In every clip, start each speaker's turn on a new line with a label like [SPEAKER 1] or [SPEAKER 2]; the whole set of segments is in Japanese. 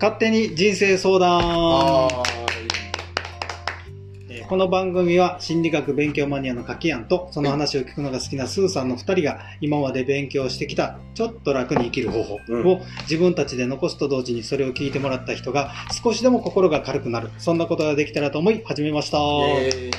[SPEAKER 1] 勝手に人生相談、えーこの番組は心理学勉強マニアのカキヤンとその話を聞くのが好きなスーさんの2人が今まで勉強してきたちょっと楽に生きる方法
[SPEAKER 2] うん
[SPEAKER 1] を自分たちで残すと同時にそれを聞いてもらった人が少しでも心が軽くなるそんなことができたらと思い始めました。
[SPEAKER 2] イエーイ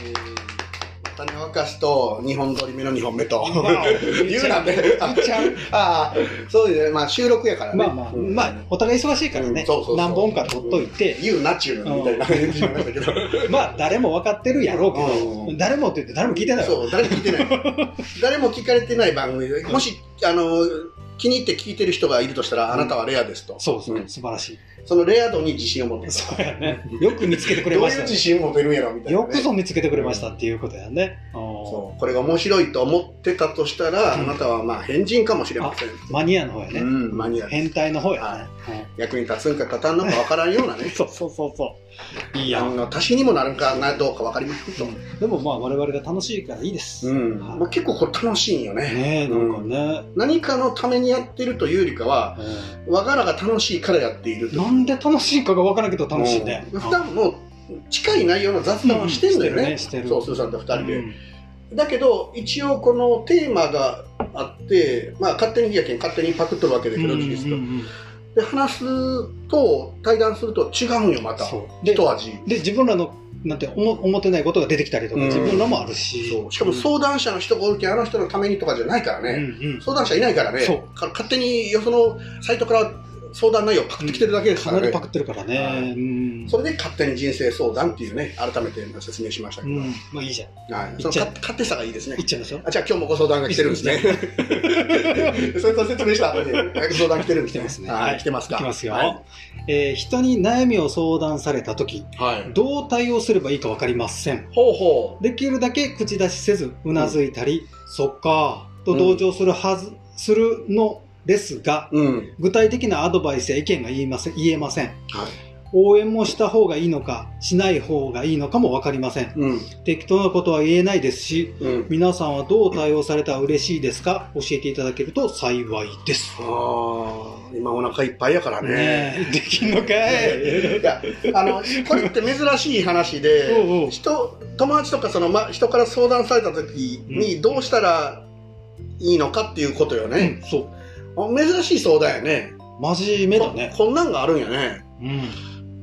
[SPEAKER 2] 種明かしと二本取り目の二本目と
[SPEAKER 1] まあ
[SPEAKER 2] 言うなで
[SPEAKER 1] 言っちゃう
[SPEAKER 2] ああそうですねまあ収録やからね
[SPEAKER 1] まあまあ、
[SPEAKER 2] うん
[SPEAKER 1] まあ、お互い忙しいから
[SPEAKER 2] う
[SPEAKER 1] ね
[SPEAKER 2] んそうそうそ、う
[SPEAKER 1] 何本か取っといて、
[SPEAKER 2] 言うなっちゅうのみたいな感じになったけど
[SPEAKER 1] まあ、誰も分かってるやろうけ
[SPEAKER 2] う
[SPEAKER 1] ど、
[SPEAKER 2] ん
[SPEAKER 1] 誰もって言って誰も聞いてないわ。
[SPEAKER 2] そう誰も聞いてない誰も聞かれてない番組でもしあの気に入って聞いてる人がいるとしたら、あなたはレアですと
[SPEAKER 1] そうです
[SPEAKER 2] う
[SPEAKER 1] ね、
[SPEAKER 2] ん
[SPEAKER 1] 素晴らしい。
[SPEAKER 2] そのレア度に自信を持ってく
[SPEAKER 1] そうやね。 よく見つけてくれ
[SPEAKER 2] ど
[SPEAKER 1] ま
[SPEAKER 2] う
[SPEAKER 1] し
[SPEAKER 2] いう
[SPEAKER 1] た
[SPEAKER 2] 自
[SPEAKER 1] ね。
[SPEAKER 2] 信持てるんやろみたいな、ね、
[SPEAKER 1] よくぞ見つけてくれましたっていうことやね。うん
[SPEAKER 2] そうこれが面白いと思ってたとしたら、
[SPEAKER 1] うん
[SPEAKER 2] あなたはまあ変人かもしれません、
[SPEAKER 1] マニアの方や
[SPEAKER 2] う
[SPEAKER 1] ね。
[SPEAKER 2] ん、マニア
[SPEAKER 1] 変態の方やね。
[SPEAKER 2] 役に立つんか立たんのか分からんようなね
[SPEAKER 1] う んそうそうそうそう。 いいや
[SPEAKER 2] あ
[SPEAKER 1] ん。
[SPEAKER 2] の足しにもなるんかなどうか分かりませんと、
[SPEAKER 1] でもまあ、我々が楽しいからいいです。
[SPEAKER 2] うん
[SPEAKER 1] はい
[SPEAKER 2] まあ、結構これ楽しいんよね
[SPEAKER 1] ねえ、なんかね。
[SPEAKER 2] 何かのためにやってるというよりかは
[SPEAKER 1] う
[SPEAKER 2] 我がらが楽しいからやっている
[SPEAKER 1] んなんで楽しいかが分からんけど楽しいね。
[SPEAKER 2] うん普段も近い内容の雑談はしてんだよね,、
[SPEAKER 1] うんしてるねしてる
[SPEAKER 2] そうスーさんと二人で、
[SPEAKER 1] うん
[SPEAKER 2] だけど一応このテーマがあって、まあ、勝手にやけん勝手にパクっとるわけだけど、事実とで話すと対談すると違うんよまた
[SPEAKER 1] そうで
[SPEAKER 2] 一味
[SPEAKER 1] で自分らのなんて思思ってないことが出てきたりとか、
[SPEAKER 2] うん
[SPEAKER 1] 自分らもあるし
[SPEAKER 2] そうしかも
[SPEAKER 1] う
[SPEAKER 2] 相談者の人がおるけんあの人のためにとかじゃないから
[SPEAKER 1] ね、
[SPEAKER 2] ね、
[SPEAKER 1] うんうん
[SPEAKER 2] 相談者いないからね
[SPEAKER 1] そう
[SPEAKER 2] か勝手によそのサイトから相談内容パクってきてるだけです
[SPEAKER 1] か
[SPEAKER 2] か
[SPEAKER 1] な
[SPEAKER 2] ら
[SPEAKER 1] り、
[SPEAKER 2] ね
[SPEAKER 1] パクってるからね、
[SPEAKER 2] はい
[SPEAKER 1] うん
[SPEAKER 2] それで勝手に人生相談っていうね改めて説明しました
[SPEAKER 1] う
[SPEAKER 2] けど、
[SPEAKER 1] ん、まあいいじゃん
[SPEAKER 2] はい、
[SPEAKER 1] い
[SPEAKER 2] そ
[SPEAKER 1] っ
[SPEAKER 2] の
[SPEAKER 1] ちゃ
[SPEAKER 2] 勝勝手さがいいですね
[SPEAKER 1] いっちゃいましょう
[SPEAKER 2] あじゃあ今日もご相談が来てるんですね。 それと説明した後にご相談来てるんです
[SPEAKER 1] 来てますね
[SPEAKER 2] は
[SPEAKER 1] はい
[SPEAKER 2] い、来てますか。
[SPEAKER 1] いきますよ
[SPEAKER 2] はい。
[SPEAKER 1] えー人に悩みを相談された時
[SPEAKER 2] はい
[SPEAKER 1] どう対応すればいいか分かりません
[SPEAKER 2] ほうほ
[SPEAKER 1] できるだけ口出しせずうなずいたり、そっかーと同情するはず、するのですが
[SPEAKER 2] う。うん。
[SPEAKER 1] 具体的なアドバイスや意見が言いません言えません
[SPEAKER 2] はい。
[SPEAKER 1] 応援もした方がいいのかしない方がいいのかも分かりません
[SPEAKER 2] うん。
[SPEAKER 1] 適当なことは言えないですし
[SPEAKER 2] うん。
[SPEAKER 1] 皆さんはどう対応されたら嬉しいですか教えていただけると幸いです
[SPEAKER 2] ああ、今お腹いっぱいやからね。
[SPEAKER 1] ねえできんのかい
[SPEAKER 2] いや、あの、これって珍しい話で、
[SPEAKER 1] おうおう
[SPEAKER 2] 人、友達とかその、ま、人から相談された時にどうしたらいいのかっていうことよ
[SPEAKER 1] う
[SPEAKER 2] ね。
[SPEAKER 1] んそう
[SPEAKER 2] 珍しい相談やね。
[SPEAKER 1] 真面目だね
[SPEAKER 2] ここんなんがあるんやね。
[SPEAKER 1] うん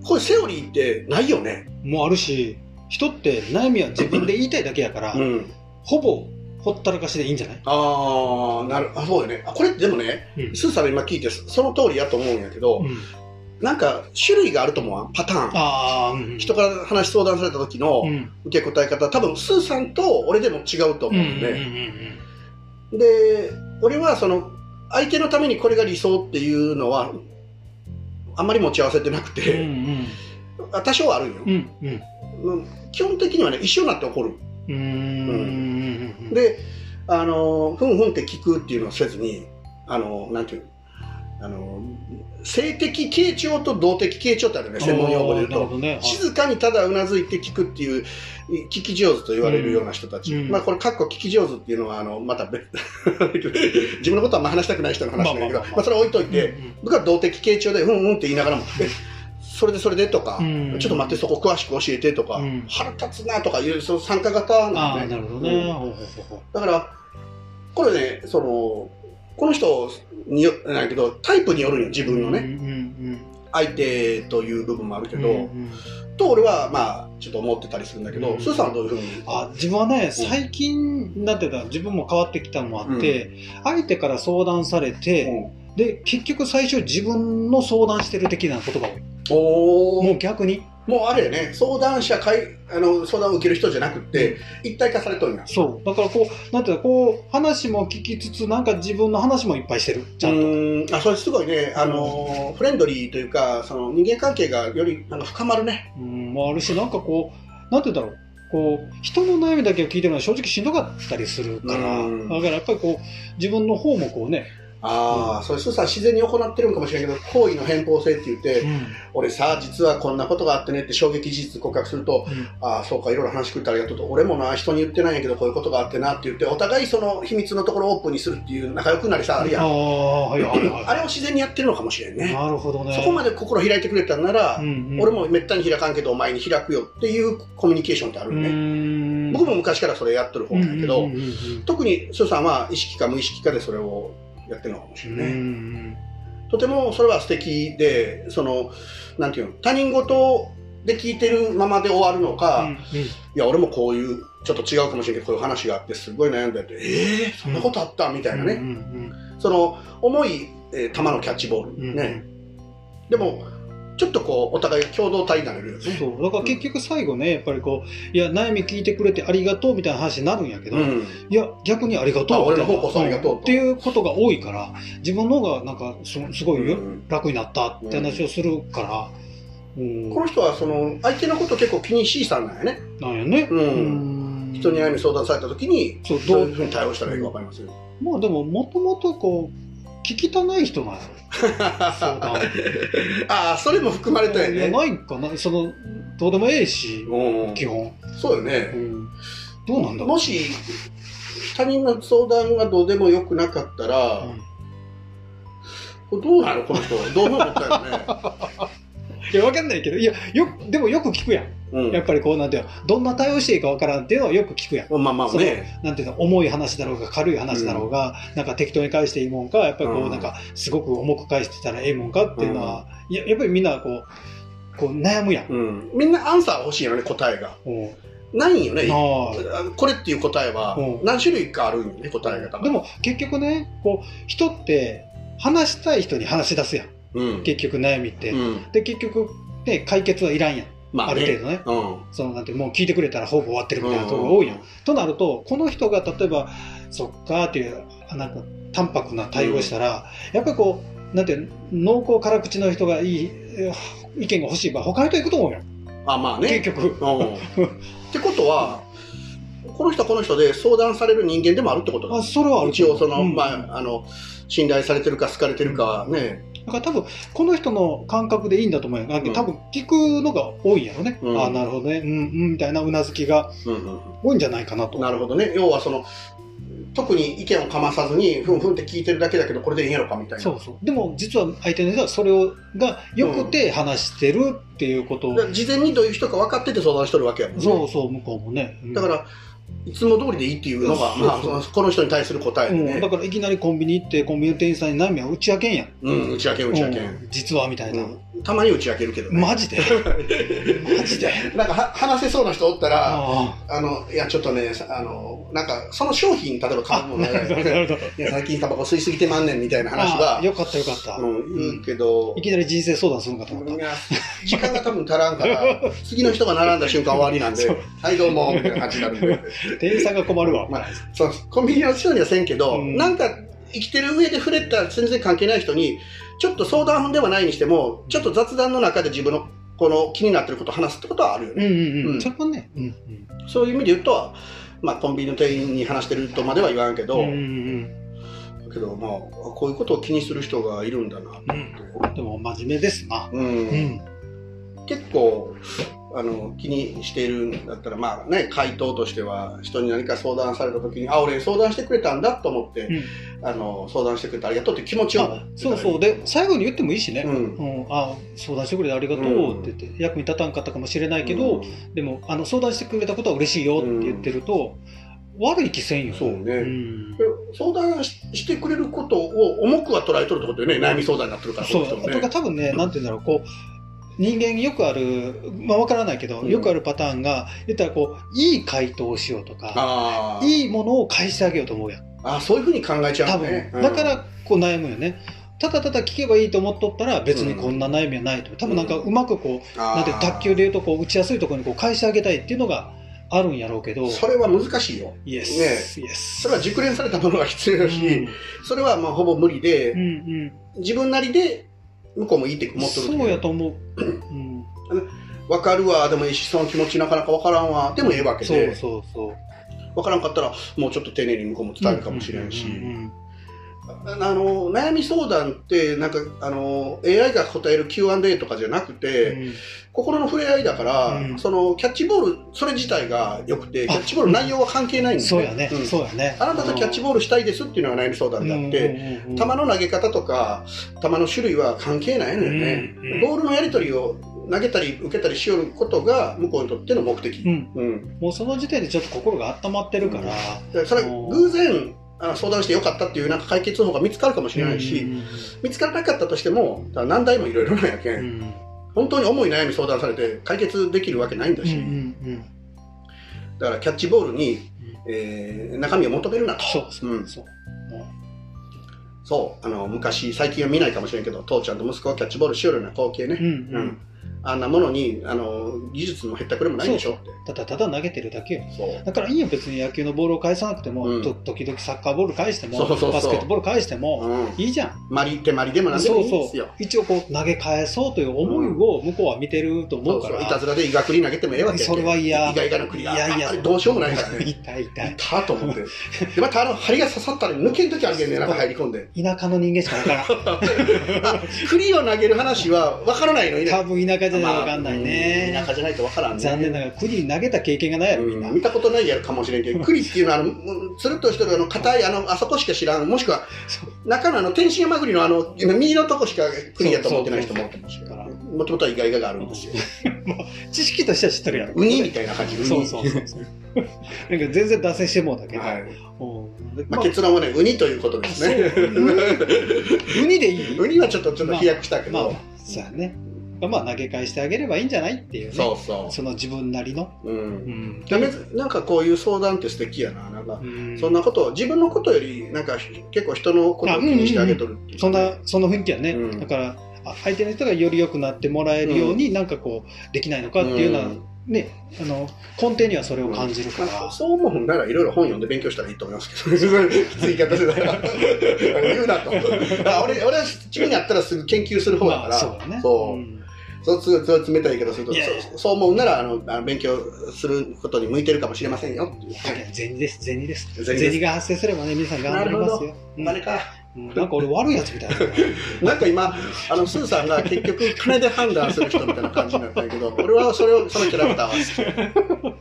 [SPEAKER 2] これセオリーってないよね。
[SPEAKER 1] もうあるし人って悩みは自分で言いたいだけやから、
[SPEAKER 2] ん。
[SPEAKER 1] ほぼほったらかしでいいんじゃない、
[SPEAKER 2] ああ、なる、あ、そうよね。あこれでもね、
[SPEAKER 1] うん
[SPEAKER 2] スーさんの今聞いて、そその通りやと思うんやけど、
[SPEAKER 1] うん
[SPEAKER 2] なんか種類があると思うわパターン。
[SPEAKER 1] ああうん
[SPEAKER 2] 人から話し相談された時の
[SPEAKER 1] うん
[SPEAKER 2] 受け答え方、多分スーさんと俺でも違うと
[SPEAKER 1] うんう
[SPEAKER 2] 思
[SPEAKER 1] んう
[SPEAKER 2] う
[SPEAKER 1] ん
[SPEAKER 2] んで、で、俺はその、相手のためにこれが理想っていうのは、あんまり持ち合わせてなく
[SPEAKER 1] うんう
[SPEAKER 2] て、
[SPEAKER 1] ん
[SPEAKER 2] あ多少はあるんよ
[SPEAKER 1] うんう、んうん
[SPEAKER 2] うん基本的にはね、一緒になって怒る。
[SPEAKER 1] うーん
[SPEAKER 2] で、あの、ふんふんって聞くっていうのをせずに、あの、なんていうのあの、性的傾聴と動的傾聴ってあるね、専門用語で言う
[SPEAKER 1] あーなるほ
[SPEAKER 2] と。
[SPEAKER 1] どねはい
[SPEAKER 2] 静かにただうなずいて聞くっていう、い聞き上手と言われるような人たち。
[SPEAKER 1] うんうん
[SPEAKER 2] まあ、これ、かっこ聞き上手っていうのは、あの、また別、 自分のことはあんま話したくない人の話なんだけ
[SPEAKER 1] まあまあ
[SPEAKER 2] ど、
[SPEAKER 1] まあまあ
[SPEAKER 2] まあ、それは置いといて、
[SPEAKER 1] うんうん
[SPEAKER 2] 僕は動的傾聴で、うんうんって言いながらも、えそれでそれでとか、
[SPEAKER 1] うん
[SPEAKER 2] ちょっと待って、そこ詳しく教えてとか、
[SPEAKER 1] うん
[SPEAKER 2] 腹立つなとかいう、その参加型
[SPEAKER 1] あ
[SPEAKER 2] な
[SPEAKER 1] あ
[SPEAKER 2] んで
[SPEAKER 1] な
[SPEAKER 2] ね。
[SPEAKER 1] るほどね、
[SPEAKER 2] うん
[SPEAKER 1] ほうほうほうほう
[SPEAKER 2] だから、これね、その、この人によ、なんやけど、タイプによるんよ、自分のね。
[SPEAKER 1] うんうん
[SPEAKER 2] 相手という部分もあるけ
[SPEAKER 1] うん
[SPEAKER 2] ど、
[SPEAKER 1] うんうん
[SPEAKER 2] と俺は、まあ、ちょっと思ってたりするんだけど、
[SPEAKER 1] うん
[SPEAKER 2] スーさんはどういうふうに。
[SPEAKER 1] あ自分はね最近なんていうか自分も変わってきたのもあって、相手から相談されて、で結局最初自分の相談してる的なことが多いも
[SPEAKER 2] おも
[SPEAKER 1] う逆に
[SPEAKER 2] う、もうあれよね、相談者かい、あの、相談を受ける人じゃなくて、一体化されとるんや。
[SPEAKER 1] そうだからこうなんていうかこう話も聞きつつなんか自分の話もいっぱいしてるちゃんと、
[SPEAKER 2] うーんあそれすごいね、あのフレンドリーというか、その人間関係がよりなんか深まるね。
[SPEAKER 1] うんもあるしなんかこうなんて言うんだろうこう人の悩みだけを聞いてるのは正直しんどかったりするから、
[SPEAKER 2] うん
[SPEAKER 1] だからやっぱりこう自分の方もこうね
[SPEAKER 2] ああ、それ、すーさん自然に行ってるんかもしれないけど、行為の変更性って言って、俺さ、実はこんなことがあってねって衝撃事実告白すると、ああ、そうか、いろいろ話聞いたらやっとと、俺もな、人に言ってないんやけど、こういうことがあってなって言って、お互いその秘密のところをオープンにするっていう仲良くなりさ、あるや
[SPEAKER 1] あ
[SPEAKER 2] ん。
[SPEAKER 1] あ、はいはいはい。
[SPEAKER 2] あれを自然にやってるのかもしれんね。
[SPEAKER 1] なるほどね。
[SPEAKER 2] そこま
[SPEAKER 1] で、
[SPEAKER 2] で心開いてくれたんなら、俺もめったに開かんけど、お前に開くよっていうコミュニケーションってあるよね。
[SPEAKER 1] ね
[SPEAKER 2] 僕も昔からそれやってる方なんやけど、特にスーさんは意識か無意識かでそれをやってるのかもしれない、とてもそれは素敵でそのなんていうの他人事で聞いてるままで終わるのか、いや俺もこういうちょっと違うかもしれないけどこういう話があってすごい悩んだってえー、そんなことあったみたいなね、その重い、えー球のキャッチボールね、でもちょっとこうお互い共同体になれるよね
[SPEAKER 1] そうだから結局最後ね、やっぱりこう、いや、悩み聞いてくれてありがとうみたいな話になるんやけど、
[SPEAKER 2] ん、
[SPEAKER 1] いや、逆にありがとう
[SPEAKER 2] あ俺の
[SPEAKER 1] みたいな
[SPEAKER 2] 方こそありがとうと
[SPEAKER 1] んっていうことが多いから、自分の方がなんかすすごいよ
[SPEAKER 2] うん
[SPEAKER 1] 楽になったって話をするから、うん、
[SPEAKER 2] この人はその相手のこと結構気にしいさんなんやね
[SPEAKER 1] なんやね。
[SPEAKER 2] うん
[SPEAKER 1] うん
[SPEAKER 2] 人に悩み相談された時に
[SPEAKER 1] そう
[SPEAKER 2] ど
[SPEAKER 1] ど
[SPEAKER 2] ういう
[SPEAKER 1] う
[SPEAKER 2] ふうに対応したらいいか分かりますよ、
[SPEAKER 1] まあでも、もともとこう、聞きたない人なんやろ。相談を。
[SPEAKER 2] ああそれも含まれたよ
[SPEAKER 1] いや
[SPEAKER 2] ね
[SPEAKER 1] ないんかな、その、どうでもええし、
[SPEAKER 2] うん
[SPEAKER 1] 基本。
[SPEAKER 2] そうよね、
[SPEAKER 1] どうなんだろう
[SPEAKER 2] もし他人の相談がどうでもよくなかったら、
[SPEAKER 1] うん
[SPEAKER 2] これどうなのこの人どう思ったよね、
[SPEAKER 1] いや、わかんないけど、いや、よく、でもよく聞くやん。
[SPEAKER 2] うん
[SPEAKER 1] やっぱりこう、なんていうの、どんな対応していいかわからんっていうのはよく聞くやん。
[SPEAKER 2] まあまあね
[SPEAKER 1] なんていうの、重い話だろうが、軽い話だろうが、なんか適当に返していいもんか、やっぱりこう、
[SPEAKER 2] うん
[SPEAKER 1] なんか、すごく重く返してたらええもんかっていうのは、いややっぱりみんなこう、こう悩むやん。
[SPEAKER 2] うん、みんなアンサー欲しいよね答えが
[SPEAKER 1] うん
[SPEAKER 2] ないよね
[SPEAKER 1] ああ
[SPEAKER 2] これっていう答えは
[SPEAKER 1] うん
[SPEAKER 2] 何種類かあるんよね答えが多分
[SPEAKER 1] でも結局ね、こう、人って、話したい人に話し出すやん。
[SPEAKER 2] うん
[SPEAKER 1] 結局悩みって。
[SPEAKER 2] うん
[SPEAKER 1] で、結局、ね、解決はいらんやん。
[SPEAKER 2] ま
[SPEAKER 1] あ
[SPEAKER 2] あ
[SPEAKER 1] る程
[SPEAKER 2] ね
[SPEAKER 1] 度ね。
[SPEAKER 2] うん
[SPEAKER 1] そのなんてもう聞いてくれたらほぼ終わってるみたいなところが多いやん。となるとこの人が例えば「そっか」っていうあなんか淡白な対応をしたら、やっぱりこうなんていうの濃厚辛口の人がいいえー意見が欲しい場合他の人行くと思うよ、
[SPEAKER 2] あまあね
[SPEAKER 1] 結局。
[SPEAKER 2] うんってことは、この人はこの人で相談される人間でもあるってことだ
[SPEAKER 1] あそれはある
[SPEAKER 2] 一応その、
[SPEAKER 1] うん
[SPEAKER 2] まあ、あの信頼されてるか好かれてるかね、
[SPEAKER 1] だから多分この人の感覚でいいんだと思うよ多
[SPEAKER 2] ん
[SPEAKER 1] 分聞くのが多いんやろね、
[SPEAKER 2] うん
[SPEAKER 1] あなるほどねうんうんみたいなうなずきが多いんじゃないかなと
[SPEAKER 2] なるほどね要はその特に意見をかまさずにふんふんって聞いてるだけだけどこれでいいんやろかみたいな
[SPEAKER 1] そうそうでも実は相手の人はそれをがよくて話してるっていうことを、
[SPEAKER 2] だから事前にどういう人か分かってて相談しとるわけやもんね
[SPEAKER 1] そうそう向こうもね、うん
[SPEAKER 2] だからいつも通りでいいっていうのが、
[SPEAKER 1] そう
[SPEAKER 2] ま
[SPEAKER 1] そ
[SPEAKER 2] あ、
[SPEAKER 1] う
[SPEAKER 2] そのこの人に対する答えで
[SPEAKER 1] うん、だ
[SPEAKER 2] ね、
[SPEAKER 1] からいきなりコンビニ行ってコンビニの店員さんに何名打ち明けんやん、
[SPEAKER 2] うん、打ち明けん打ち明けん、
[SPEAKER 1] うん実はみたいな、
[SPEAKER 2] うんたまに打ち明けるけどね、
[SPEAKER 1] マ ジでマジで
[SPEAKER 2] なんかは話せそうな人おったら
[SPEAKER 1] あ
[SPEAKER 2] あの、いや、ちょっとね、さあの、なんか、その商品、例えば買うもの
[SPEAKER 1] なるほどな
[SPEAKER 2] ね、
[SPEAKER 1] るほど
[SPEAKER 2] いや、最近タバコ吸いすぎてまんねんみたいな話
[SPEAKER 1] あ
[SPEAKER 2] は、
[SPEAKER 1] よかったよかった、
[SPEAKER 2] うん、言うけど
[SPEAKER 1] い、きなり人生相談するんかと思
[SPEAKER 2] い
[SPEAKER 1] っ
[SPEAKER 2] や時間が多分足らんから、次の人が並んだ瞬間終わりなんで
[SPEAKER 1] そう、
[SPEAKER 2] はい、どうも、みたいな感じになるんで、
[SPEAKER 1] た店員さんが困るわ、
[SPEAKER 2] まあそうコンビニの人にはせんけど、
[SPEAKER 1] うん
[SPEAKER 2] なんか、生きてる上で触れた全然関係ない人に、ちょっと相談ではないにしても、ちょっと雑談の中で自分の、この気になってることを話すってことはあるよ
[SPEAKER 1] うん
[SPEAKER 2] ね。
[SPEAKER 1] うんう
[SPEAKER 2] うんん
[SPEAKER 1] それはねうんうん
[SPEAKER 2] そういう意味で言うと、まあ、コンビニの店員に話してるとまでは言わんけど、
[SPEAKER 1] うんうん
[SPEAKER 2] けどまあこういうことを気にする人がいるんだなって、
[SPEAKER 1] うんでも真面目ですな
[SPEAKER 2] うん
[SPEAKER 1] うん
[SPEAKER 2] 結構あの気にしているんだったらまあね回答としては人に何か相談された時にあ俺相談してくれたんだと思って、あの相談してくれてありがとうって気持ちを
[SPEAKER 1] あそうそうで最後に言ってもいいしね、
[SPEAKER 2] う
[SPEAKER 1] うん
[SPEAKER 2] ん
[SPEAKER 1] あ相談してくれてありがとうって言って、役に立たんかったかもしれないけど、
[SPEAKER 2] うん
[SPEAKER 1] でもあの相談してくれたことは嬉しいよって言ってると、悪い気せんよ
[SPEAKER 2] そうね
[SPEAKER 1] ん
[SPEAKER 2] 相談ししてくれることを重くは捉えとるってことよね悩み相談になってるから
[SPEAKER 1] そう
[SPEAKER 2] この人
[SPEAKER 1] だか
[SPEAKER 2] も
[SPEAKER 1] ら
[SPEAKER 2] ね
[SPEAKER 1] 多分ねなんて言うんだろうこう人間よくあるまあわからないけど、
[SPEAKER 2] うん
[SPEAKER 1] よくあるパターンが言ったらこういい回答をしようとか
[SPEAKER 2] あー
[SPEAKER 1] いいものを返してあげようと思うやん
[SPEAKER 2] あーそういうふうに考えちゃ
[SPEAKER 1] 多
[SPEAKER 2] う
[SPEAKER 1] 分、
[SPEAKER 2] ね
[SPEAKER 1] だからこう悩むよねただただ聞けばいいと思っとったら別にこんな悩みはないと多分なんかうまくこう、
[SPEAKER 2] な
[SPEAKER 1] なんて卓球でいうとこう打ちやすいところにこう返してあげたいっていうのがあるんやろうけど
[SPEAKER 2] それは難しいよ
[SPEAKER 1] イエス、イエス
[SPEAKER 2] それは熟練されたものが必要だし、それはまあほぼ無理で、
[SPEAKER 1] うんうん
[SPEAKER 2] 自分なりで向こうもいいって思ってる
[SPEAKER 1] そうやと思う、うん、
[SPEAKER 2] 分かるわでもいいしその気持ちなかなか分からんわでもええわけ
[SPEAKER 1] そう
[SPEAKER 2] で
[SPEAKER 1] そうそう
[SPEAKER 2] 分からんかったらもうちょっと丁寧に向こうも伝えるかもしれんし、
[SPEAKER 1] うんうんうんうん
[SPEAKER 2] あの悩み相談ってなんかあの AI が答える Q&A とかじゃなくて、
[SPEAKER 1] うん
[SPEAKER 2] 心の触れ合いだから、
[SPEAKER 1] うん
[SPEAKER 2] そのキャッチボールそれ自体が良くてキャッチボール内容は関係ないんです
[SPEAKER 1] そうやね、
[SPEAKER 2] うん
[SPEAKER 1] そうやね。
[SPEAKER 2] あなたとキャッチボールしたいですっていうのが悩み相談であって、
[SPEAKER 1] うんうんうん
[SPEAKER 2] 球の投げ方とか球の種類は関係ないのよね、
[SPEAKER 1] うんうん
[SPEAKER 2] ボールのやり取りを投げたり受けたりしよることが向こうにとっての目
[SPEAKER 1] う
[SPEAKER 2] 的、
[SPEAKER 1] ん、
[SPEAKER 2] うん
[SPEAKER 1] もうその時点でちょっと心が温まってるから、
[SPEAKER 2] でそれは
[SPEAKER 1] うん
[SPEAKER 2] 偶然あの相談してよかったっていうなんか解決法が見つかるかもしれないし、
[SPEAKER 1] うん
[SPEAKER 2] 見つからなかったとしてもだから難題もいろいろなんやけん、
[SPEAKER 1] うんうん
[SPEAKER 2] 本当に重い悩み相談されて解決できるわけないんだ
[SPEAKER 1] うん
[SPEAKER 2] し、
[SPEAKER 1] うんうん
[SPEAKER 2] だからキャッチボールに、えー中身を求めるなと
[SPEAKER 1] そうそううんそう、
[SPEAKER 2] そうあの昔最近は見ないかもしれんけど父ちゃんと息子がキャッチボールしよるような光景ね、
[SPEAKER 1] うんうん
[SPEAKER 2] うんあんなものにあの技術もへったくれもないでしょって
[SPEAKER 1] ただただ投げてるだけよ
[SPEAKER 2] そう
[SPEAKER 1] だからいいよ別に野球のボールを返さなくても、
[SPEAKER 2] うん
[SPEAKER 1] と時々サッカーボール返しても
[SPEAKER 2] そうそうそう
[SPEAKER 1] バスケットボール返しても、
[SPEAKER 2] うん
[SPEAKER 1] いいじゃん
[SPEAKER 2] まり手まりでもなんでもいいんですよ
[SPEAKER 1] 一応こう投げ返そうという思いを向こうは見てると思うから、
[SPEAKER 2] そうそういたずらでイガクリ投げてもええわけやけ
[SPEAKER 1] それは嫌
[SPEAKER 2] イガイガのクリア
[SPEAKER 1] いやいや
[SPEAKER 2] あれどうしようもないからね
[SPEAKER 1] 痛い痛い
[SPEAKER 2] たと思ってでまたあの針が刺さったら抜けん時あるけんね中入り込んで
[SPEAKER 1] 田舎の人間しか分 からん
[SPEAKER 2] クリを投げる話は分からないのにね
[SPEAKER 1] 多分田舎じゃ分かんないね、
[SPEAKER 2] まあうん田舎じゃないと分からんね
[SPEAKER 1] 残念ながらクリに投げた経験がないやろみんな、
[SPEAKER 2] 見たことないやるかもしれん けど、栗っていうのは、あのうんつるっとしてるあの硬いあの、あそこしか知らん、もしくは
[SPEAKER 1] そう
[SPEAKER 2] 中のあの天津山栗のあの右のとこしか栗やと思ってない人も
[SPEAKER 1] そう
[SPEAKER 2] もと
[SPEAKER 1] そうそう
[SPEAKER 2] もとは意外があるんですよ。
[SPEAKER 1] 知識としては知ってるやろ
[SPEAKER 2] ウニみたいな感じ、ウニ。
[SPEAKER 1] そうそうそうそう なんか全然脱線してもうだけど、
[SPEAKER 2] は
[SPEAKER 1] う
[SPEAKER 2] い
[SPEAKER 1] んでま
[SPEAKER 2] まあ、
[SPEAKER 1] あ
[SPEAKER 2] 結論はね、ウニということですね。
[SPEAKER 1] ウニでいい
[SPEAKER 2] ウニはちょっとちょっと飛躍したけ
[SPEAKER 1] まあ
[SPEAKER 2] ど、
[SPEAKER 1] そうやねまあ投げ返してあげればいいんじゃないっていうね
[SPEAKER 2] そうそ
[SPEAKER 1] その自分なりの、
[SPEAKER 2] う。うん
[SPEAKER 1] ん
[SPEAKER 2] でめなんかこういう相談って素敵やな。なんか
[SPEAKER 1] うん
[SPEAKER 2] そんなことを自分のことよりなんか結構人のことを気にしてあげとるっていう、
[SPEAKER 1] そんなその雰囲気はね、
[SPEAKER 2] うん
[SPEAKER 1] だからあ相手の人がより良くなってもらえるように、なんかこうできないのかっていうのは、
[SPEAKER 2] ん
[SPEAKER 1] ねあの根底にはそれを感じるから、
[SPEAKER 2] まあそう思うんならいろいろ本読んで勉強したらいいと思いますけどきつい言い方で 言うな とあ俺俺は自分にあったらすぐ研究する方だから、
[SPEAKER 1] まあそうだね
[SPEAKER 2] そう
[SPEAKER 1] うん
[SPEAKER 2] そうつそう冷たい言い方すると
[SPEAKER 1] いやいや
[SPEAKER 2] そうそう思うならあのあの勉強することに向いてるかもしれませんよっていう
[SPEAKER 1] 銭です、銭です。
[SPEAKER 2] 銭
[SPEAKER 1] 銭
[SPEAKER 2] です
[SPEAKER 1] が発生すればね、皆さん頑張りますよ。うん
[SPEAKER 2] お金か
[SPEAKER 1] うんなんか俺悪いやつみたい な。
[SPEAKER 2] なんか今あのスーさんが結局金で判断する人みたいな感じになったんやけど俺はそれをそのキャラクターは好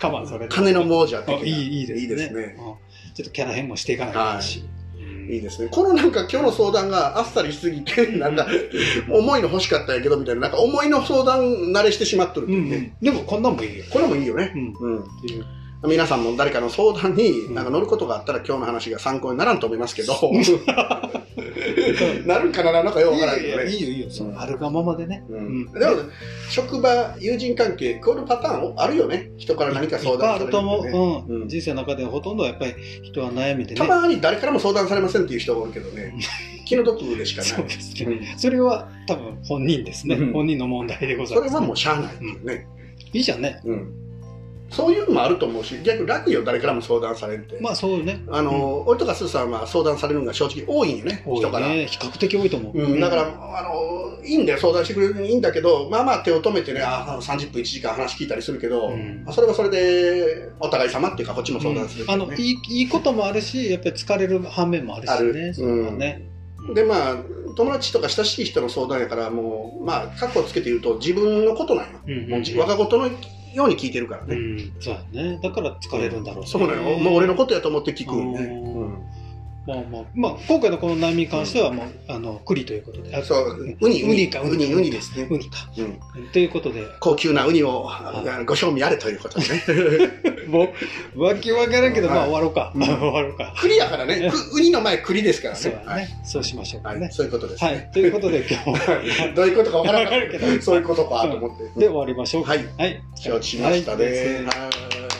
[SPEAKER 1] カバンそれ
[SPEAKER 2] き金の亡者
[SPEAKER 1] あ
[SPEAKER 2] 的ない
[SPEAKER 1] い、いいですね。
[SPEAKER 2] いいですね
[SPEAKER 1] うんちょっとキャラ変もしていかないとだし。うん
[SPEAKER 2] いいですね。このなんか今日の相談があっさりしすぎて、なんか、思いの欲しかったんやけどみたいな、なんか思いの相談慣れしてしまっとるって
[SPEAKER 1] う
[SPEAKER 2] いうね。
[SPEAKER 1] ん。でもこんなんもいいよ。
[SPEAKER 2] これもいいよね。
[SPEAKER 1] うん。っ
[SPEAKER 2] うん。
[SPEAKER 1] ていう。
[SPEAKER 2] 皆さんも誰かの相談に
[SPEAKER 1] うん
[SPEAKER 2] なんか乗ることがあったら今日の話が参考にならんと思いますけど、 なるかならんのかようわからんけど
[SPEAKER 1] い
[SPEAKER 2] ね。
[SPEAKER 1] いよ、いいよ。そのあるがままでね。
[SPEAKER 2] うん、
[SPEAKER 1] ん
[SPEAKER 2] でも、職場、友人関係、このパターンあるよね。人から何か
[SPEAKER 1] い
[SPEAKER 2] 相談
[SPEAKER 1] っぱいあ
[SPEAKER 2] され
[SPEAKER 1] る
[SPEAKER 2] る
[SPEAKER 1] と
[SPEAKER 2] ってね
[SPEAKER 1] 思う。う
[SPEAKER 2] うん
[SPEAKER 1] ん。人生の中でほとんどはやっぱり人は悩みで
[SPEAKER 2] た
[SPEAKER 1] ね。
[SPEAKER 2] まに誰からも相談されませんっていう人がおるけどね、気の毒でしか
[SPEAKER 1] そう
[SPEAKER 2] ない。
[SPEAKER 1] ですね。それは多分本人ですね。
[SPEAKER 2] うん
[SPEAKER 1] 本人の問題でござい
[SPEAKER 2] そ
[SPEAKER 1] ます
[SPEAKER 2] れ
[SPEAKER 1] ね。
[SPEAKER 2] はもうしゃあないっていうね。
[SPEAKER 1] いいじゃんね。
[SPEAKER 2] うん、そういうのもあると思うし逆に楽よ誰からも相談されるって、
[SPEAKER 1] まあそうね。
[SPEAKER 2] あの俺とかスーさんは相談されるのが正直多いんよね
[SPEAKER 1] 多
[SPEAKER 2] 人か
[SPEAKER 1] い
[SPEAKER 2] ら、
[SPEAKER 1] ね。比較的多いと思う。
[SPEAKER 2] うん、だからあのいいんだよ相談してくれるのいいんだけどまあまあ手を止めてねあ30分1時間話聞いたりするけど、
[SPEAKER 1] うん
[SPEAKER 2] それはそれでお互い様っていうかこっちも相談するけ
[SPEAKER 1] あ
[SPEAKER 2] どね、
[SPEAKER 1] のいいいいこともあるしやっぱり疲れる反面もあるし
[SPEAKER 2] ある
[SPEAKER 1] ねそれはね、
[SPEAKER 2] でまあ友達とか親しい人の相談やからもうまあカッコつけて言うと自分のことなんよ、
[SPEAKER 1] うんうん
[SPEAKER 2] もうじ我が事のように聞いてるから
[SPEAKER 1] う
[SPEAKER 2] ね、
[SPEAKER 1] ん、そうやねだから疲れるんだろう、ね、
[SPEAKER 2] そうなのよ、もう俺のことやと思って聞くんよね、
[SPEAKER 1] うん
[SPEAKER 2] うん
[SPEAKER 1] まあまあ、まあ、今回のこの悩みに関してはもう、あの栗ということであ
[SPEAKER 2] そう、ウニ、
[SPEAKER 1] ウニか
[SPEAKER 2] ウニ、ウニですね
[SPEAKER 1] ウ。ニか
[SPEAKER 2] うん
[SPEAKER 1] ということで
[SPEAKER 2] 高級なウニをあのご賞味あれということでね。
[SPEAKER 1] もうわけわからんけど、まあ
[SPEAKER 2] はい
[SPEAKER 1] 終わろうか、
[SPEAKER 2] うん
[SPEAKER 1] 終わろうか
[SPEAKER 2] 栗やからね、くウニの前栗ですから
[SPEAKER 1] そうや
[SPEAKER 2] ね
[SPEAKER 1] ね、
[SPEAKER 2] はい。
[SPEAKER 1] そうしましょうか
[SPEAKER 2] は
[SPEAKER 1] ね
[SPEAKER 2] い、そういうことです
[SPEAKER 1] はい、
[SPEAKER 2] ね。
[SPEAKER 1] ということで今日は
[SPEAKER 2] どういうことかわからな
[SPEAKER 1] わか
[SPEAKER 2] い
[SPEAKER 1] るけ
[SPEAKER 2] け
[SPEAKER 1] ど
[SPEAKER 2] ど、そういうことかと思って。
[SPEAKER 1] で終わりましょうか
[SPEAKER 2] はい、
[SPEAKER 1] はい
[SPEAKER 2] 承知しましたね。
[SPEAKER 1] はい
[SPEAKER 2] はい